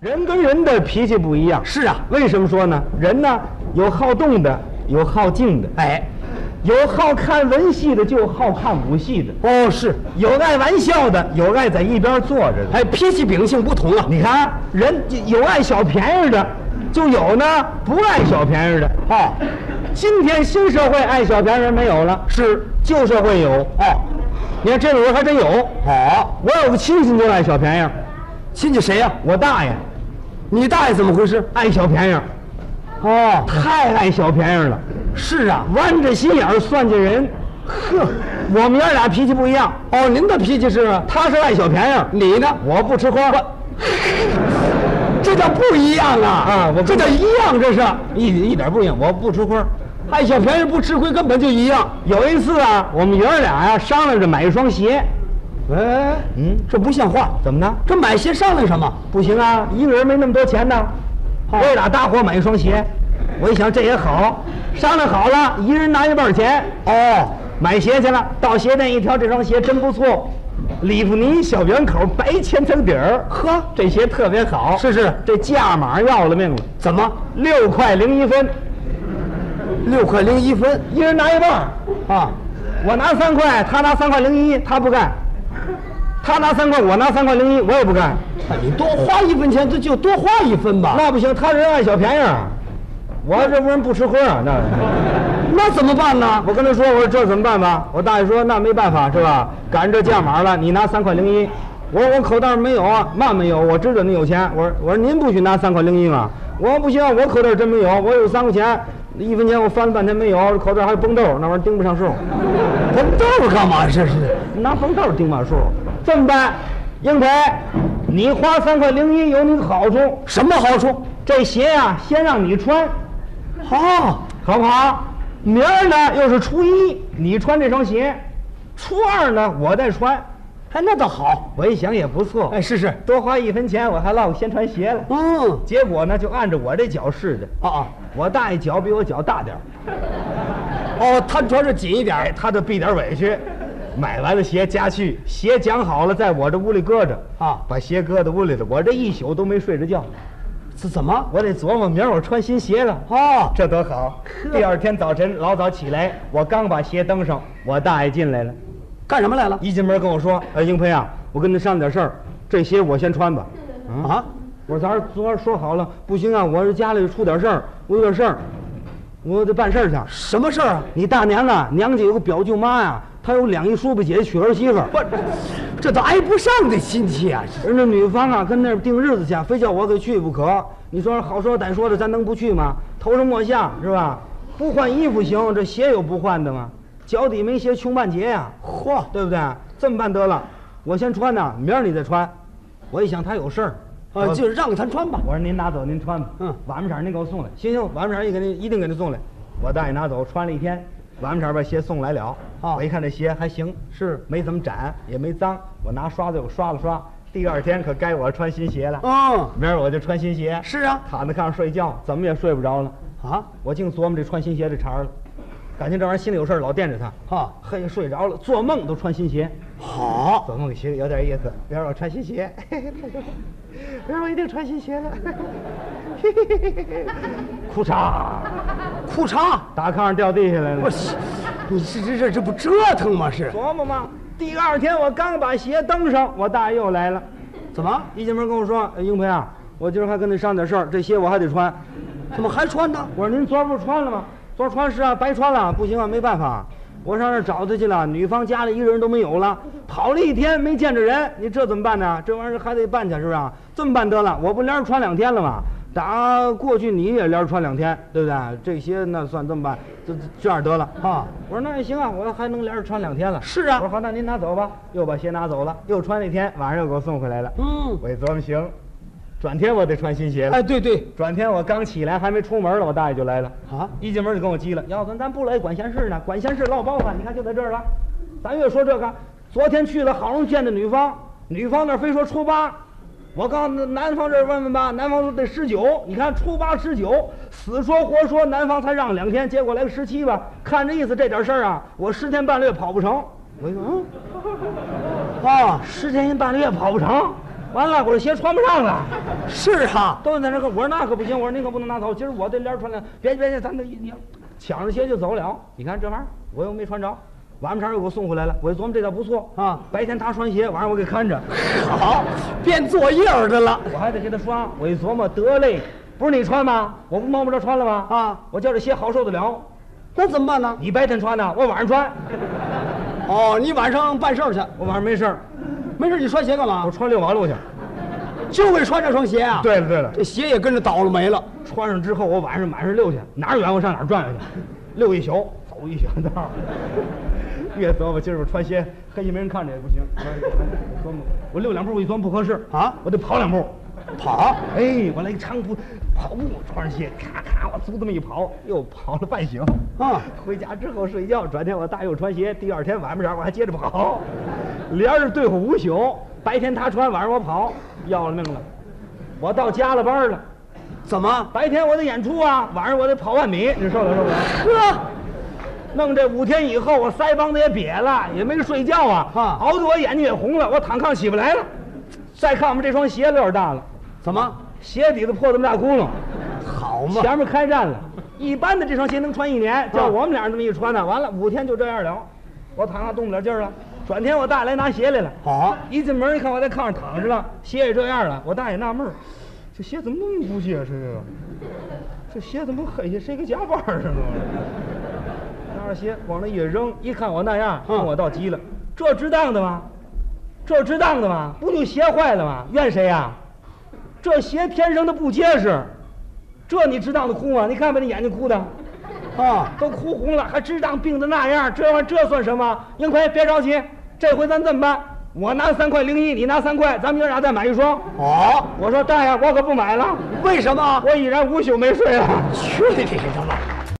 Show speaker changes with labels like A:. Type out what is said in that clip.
A: 人跟人的脾气不一样。
B: 是啊，
A: 为什么说呢？人呢有好动的，有好静的，
B: 哎，
A: 有好看文戏的，就有好看武戏的，
B: 哦是，
A: 有爱玩笑的，有爱在一边坐着的。
B: 哎，脾气秉性不同啊。
A: 你看，人有爱小便宜的，就有呢不爱小便宜的。哦，今天新社会爱小便宜人没有了，
B: 是
A: 旧社会有。哦，你看这种人还真有。
B: 好，
A: 我有个亲戚就爱小便宜，
B: 亲戚谁呀、
A: 我大爷
B: 你大爷怎么回事？
A: 爱小便宜，
B: 哦，
A: 太爱小便宜了，
B: 是啊，
A: 弯着心眼儿算计人。呵，我们爷俩脾气不一样，
B: 哦，您的脾气是啊，
A: 他是爱小便宜，
B: 你呢？
A: 我不吃花。
B: 这叫不一样啊！
A: 啊我不
B: 这叫一样，这是
A: 一一点不一样，我不吃亏。
B: 爱小便宜不吃亏，根本就一样。
A: 有一次啊，我们爷儿俩呀、商量着买一双鞋，
B: 哎，
A: 嗯，
B: 这不像话！
A: 怎么呢？
B: 这买鞋商量什么？
A: 不行啊，一个人没那么多钱呢。
B: 哦
A: 我爷俩大伙买一双鞋，我一想这也好，商量好了，一人拿一半钱，
B: 哦，
A: 买鞋去了。到鞋店一挑，这双鞋真不错，里弗尼小圆口白千层底儿，
B: 呵，
A: 这鞋特别好。
B: 是是
A: 这价码要了命了，
B: 怎么
A: 六块零一分，
B: 六块零一分？
A: 一人拿一半儿。
B: 啊，
A: 我拿三块，他拿三块零一，他不干；他拿三块，我拿三块零一，我也不干。
B: 你多花一分钱，这就多花一分吧。
A: 那不行，他人爱小便宜啊，我这不人不吃亏啊。那
B: 那怎么办呢？
A: 我跟他说，我说这怎么办吧？我大爷说那没办法是吧？赶上这价码了，你拿三块零一。我说我口袋没有啊，嘛没有，我知道你有钱。我说我说您不许拿三块零一嘛。我说不行，我口袋真没有，我有三块钱，一分钱我翻了半天没有，口袋还有崩豆，那玩意儿盯不上数。
B: 红豆儿干嘛？这是
A: 拿缝豆顶满数，这么办？英培，你花三块零一有你的好处，
B: 什么好处？
A: 这鞋呀、先让你穿，
B: 哦，
A: 好不好？明儿呢又是初一，你穿这双鞋，初二呢我再穿。
B: 哎，那倒好。
A: 我一想也不错，
B: 哎，是是，
A: 多花一分钱我还落个先穿鞋了。
B: 嗯，
A: 结果呢就按照我这脚试的，
B: 啊啊，
A: 我大爷脚比我脚大点儿，
B: 哦，他穿着紧一点
A: 哎，
B: 儿。
A: 他就避点委屈。买完了鞋家去，鞋讲好了在我这屋里搁着
B: 啊
A: 把鞋搁到屋里头，我这一宿都没睡着觉。
B: 这怎么？
A: 我得琢磨，明儿我穿新鞋了，
B: 哦，
A: 这多好！第二天早晨老早起来，我刚把鞋蹬上，我大爷进来了，
B: 干什么来了？
A: 一进门跟我说：“呃，英培啊，我跟您商量点事儿，这鞋我先穿吧。”嗯，
B: 啊，
A: 我说咱昨儿说好了，不行啊，我是家里出点事儿，我有点事儿，我得办事儿去。
B: 什么事儿啊？
A: 你大娘啊，娘家有个表舅妈呀、她有两姨叔伯姐娶儿媳妇儿，
B: 不，这都挨不上的亲戚啊！
A: 人家女方啊跟那儿定日子去，非叫我给去不可。你说好说歹说的，咱能不去吗？头上莫下是吧？不换衣服行，这鞋有不换的吗？脚底没鞋穷半截呀、
B: 嚯，
A: 对不对？这么办得了，我先穿呢，明儿你再穿。我一想他有事儿，
B: 啊，
A: 我
B: 就让他穿吧。
A: 我说您拿走您穿吧，
B: 嗯
A: 晚上场您给我送来。行行，晚上场也给您一定给您送来。我大爷拿走穿了一天，晚上场把鞋送来了。
B: 啊
A: 我一看这鞋还行，
B: 是
A: 没怎么展，也没脏。我拿刷子又刷了刷。第二天可该我穿新鞋了。
B: 嗯，
A: 明儿我就穿新鞋，
B: 是啊，
A: 躺在炕上睡觉，怎么也睡不着了。
B: 啊，
A: 我净琢磨这穿新鞋这茬儿了，感情这玩意儿心里有事儿，老惦着它。
B: 哈，
A: 嘿，睡着了，做梦都穿新鞋，
B: 好，
A: 做梦给鞋里有点意思。明儿我穿新鞋， 明儿我一定穿新鞋了。 裤衩
B: 裤衩，
A: 打炕上掉地下来了
B: 我，是，你是这这这不折腾吗？是，
A: 琢磨嘛。第二天我刚把鞋蹬上，我大爷又来了，
B: 怎么
A: 一进门跟我说：“哎英培啊，我今儿还跟你商量点事儿，这鞋我还得穿。”
B: 怎么还穿呢？
A: 我说您昨儿不是穿了吗？昨儿穿是啊，白穿了，不行啊，没办法。我上那儿找他去了，女方家里一个人都没有了，跑了一天没见着人，你这怎么办呢？这玩意儿还得办去，是不是啊？这么办得了，我不连着穿两天了吗？打过去你也连着穿两天，对不对？这些那算这么办，这这这样得了啊。我说那也行啊，我还能连着穿两天了。
B: 是啊
A: 我说好，那您拿走吧。又把鞋拿走了，又穿了一天，晚上又给我送回来了。
B: 嗯，
A: 我一琢磨行，转天我得穿新鞋了。
B: 哎，对对，
A: 转天我刚起来，还没出门了，我大爷就来了。
B: 啊，
A: 一进门就跟我急了，要咱咱不来管闲事呢，嗯管闲事落包饭，你看就在这儿了。咱越说这个，昨天去了，好容易见着女方，女方那儿非说初八，我告诉那男方这儿问问吧，男方说得十九，你看初八十九，死说活说，男方才让两天，结果来个十七吧，看这意思这点事儿啊，我十天哎半个月跑不成。我一说，嗯，
B: 啊，
A: 十天半个月跑不成，完了，我这鞋穿不上了。
B: 是啊，
A: 都在那个，我说那可不行，我说你可不能拿走，今儿我这连穿两，别别别，咱这一你抢着鞋就走了。你看这玩意儿，我又没穿着，晚上又给我送回来了。我就琢磨这倒不错啊，白天他穿鞋，晚上我给看着，
B: 好，变作业儿的了。
A: 我还得给他刷。我一琢磨，得嘞，不是你穿吗？我不摸摸着穿了吗？啊，我叫这鞋好受得了。
B: 那怎么办呢？
A: 你白天穿呢，我晚上穿，
B: 哦，你晚上办事儿去，
A: 我晚上没事儿，啊
B: 没事儿你穿鞋干
A: 我
B: 嘛？
A: 穿遛马路去。
B: 就为穿这双鞋啊？，
A: 对了对了，
B: 这鞋也跟着倒了霉了。
A: 穿上之后，我晚上满是溜去，哪儿远我上哪儿转悠去，溜一宿，走一宿道。越琢磨，今儿我穿鞋，黑夜没人看着也不行。琢磨，我溜两步，我一琢磨不合适
B: 啊
A: 我得跑两步。
B: 跑，
A: 哎，我来一长途跑步，穿上鞋，咔咔，我足这么一跑，又跑了半宿。
B: 啊
A: 回家之后睡觉，转天我大又穿鞋，第二天晚上我还接着跑，连着对付五宿。白天他穿，晚上我跑，要了命了。我到加了班了。
B: 怎么？
A: 白天我得演出啊，晚上我得跑万米，你受得了受不了？
B: 呵，
A: 弄这五天以后，我腮帮子也瘪了，也没睡觉啊，
B: 啊
A: 熬得我眼睛也红了，我躺炕起不来了。再看我们这双鞋有点大了，
B: 怎么？
A: 鞋底子破这么大窟窿，
B: 好嘛，
A: 前面开战了。一般的这双鞋能穿一年，叫我们俩人这么一穿呢、完了五天就这样了。我躺上动不了劲儿了，转天我大爷来拿鞋来了，
B: 好，
A: 一进门一看我在炕上躺着了，鞋也这样了，我大爷纳闷儿，这鞋怎么那么不结实这个？这鞋怎么黑呀？是一个夹板儿啊？这拿着鞋往那一扔，一看我那样，
B: 嗯
A: 跟我倒急了，这值当的吗？这值当的吗？不就鞋坏了吗？怨谁呀、这鞋天生的不结实，这你值当的哭吗？你看把你眼睛哭的。
B: 啊，
A: 都哭红了，还值当病的那样，这玩意儿这算什么？英奎，别着急，这回咱这么办？我拿三块零一，你拿三块，咱们爷俩再买一双。
B: 好，
A: 我说大爷，我可不买了，
B: 为什么？
A: 我已然五宿没睡了。
B: 去你的吧！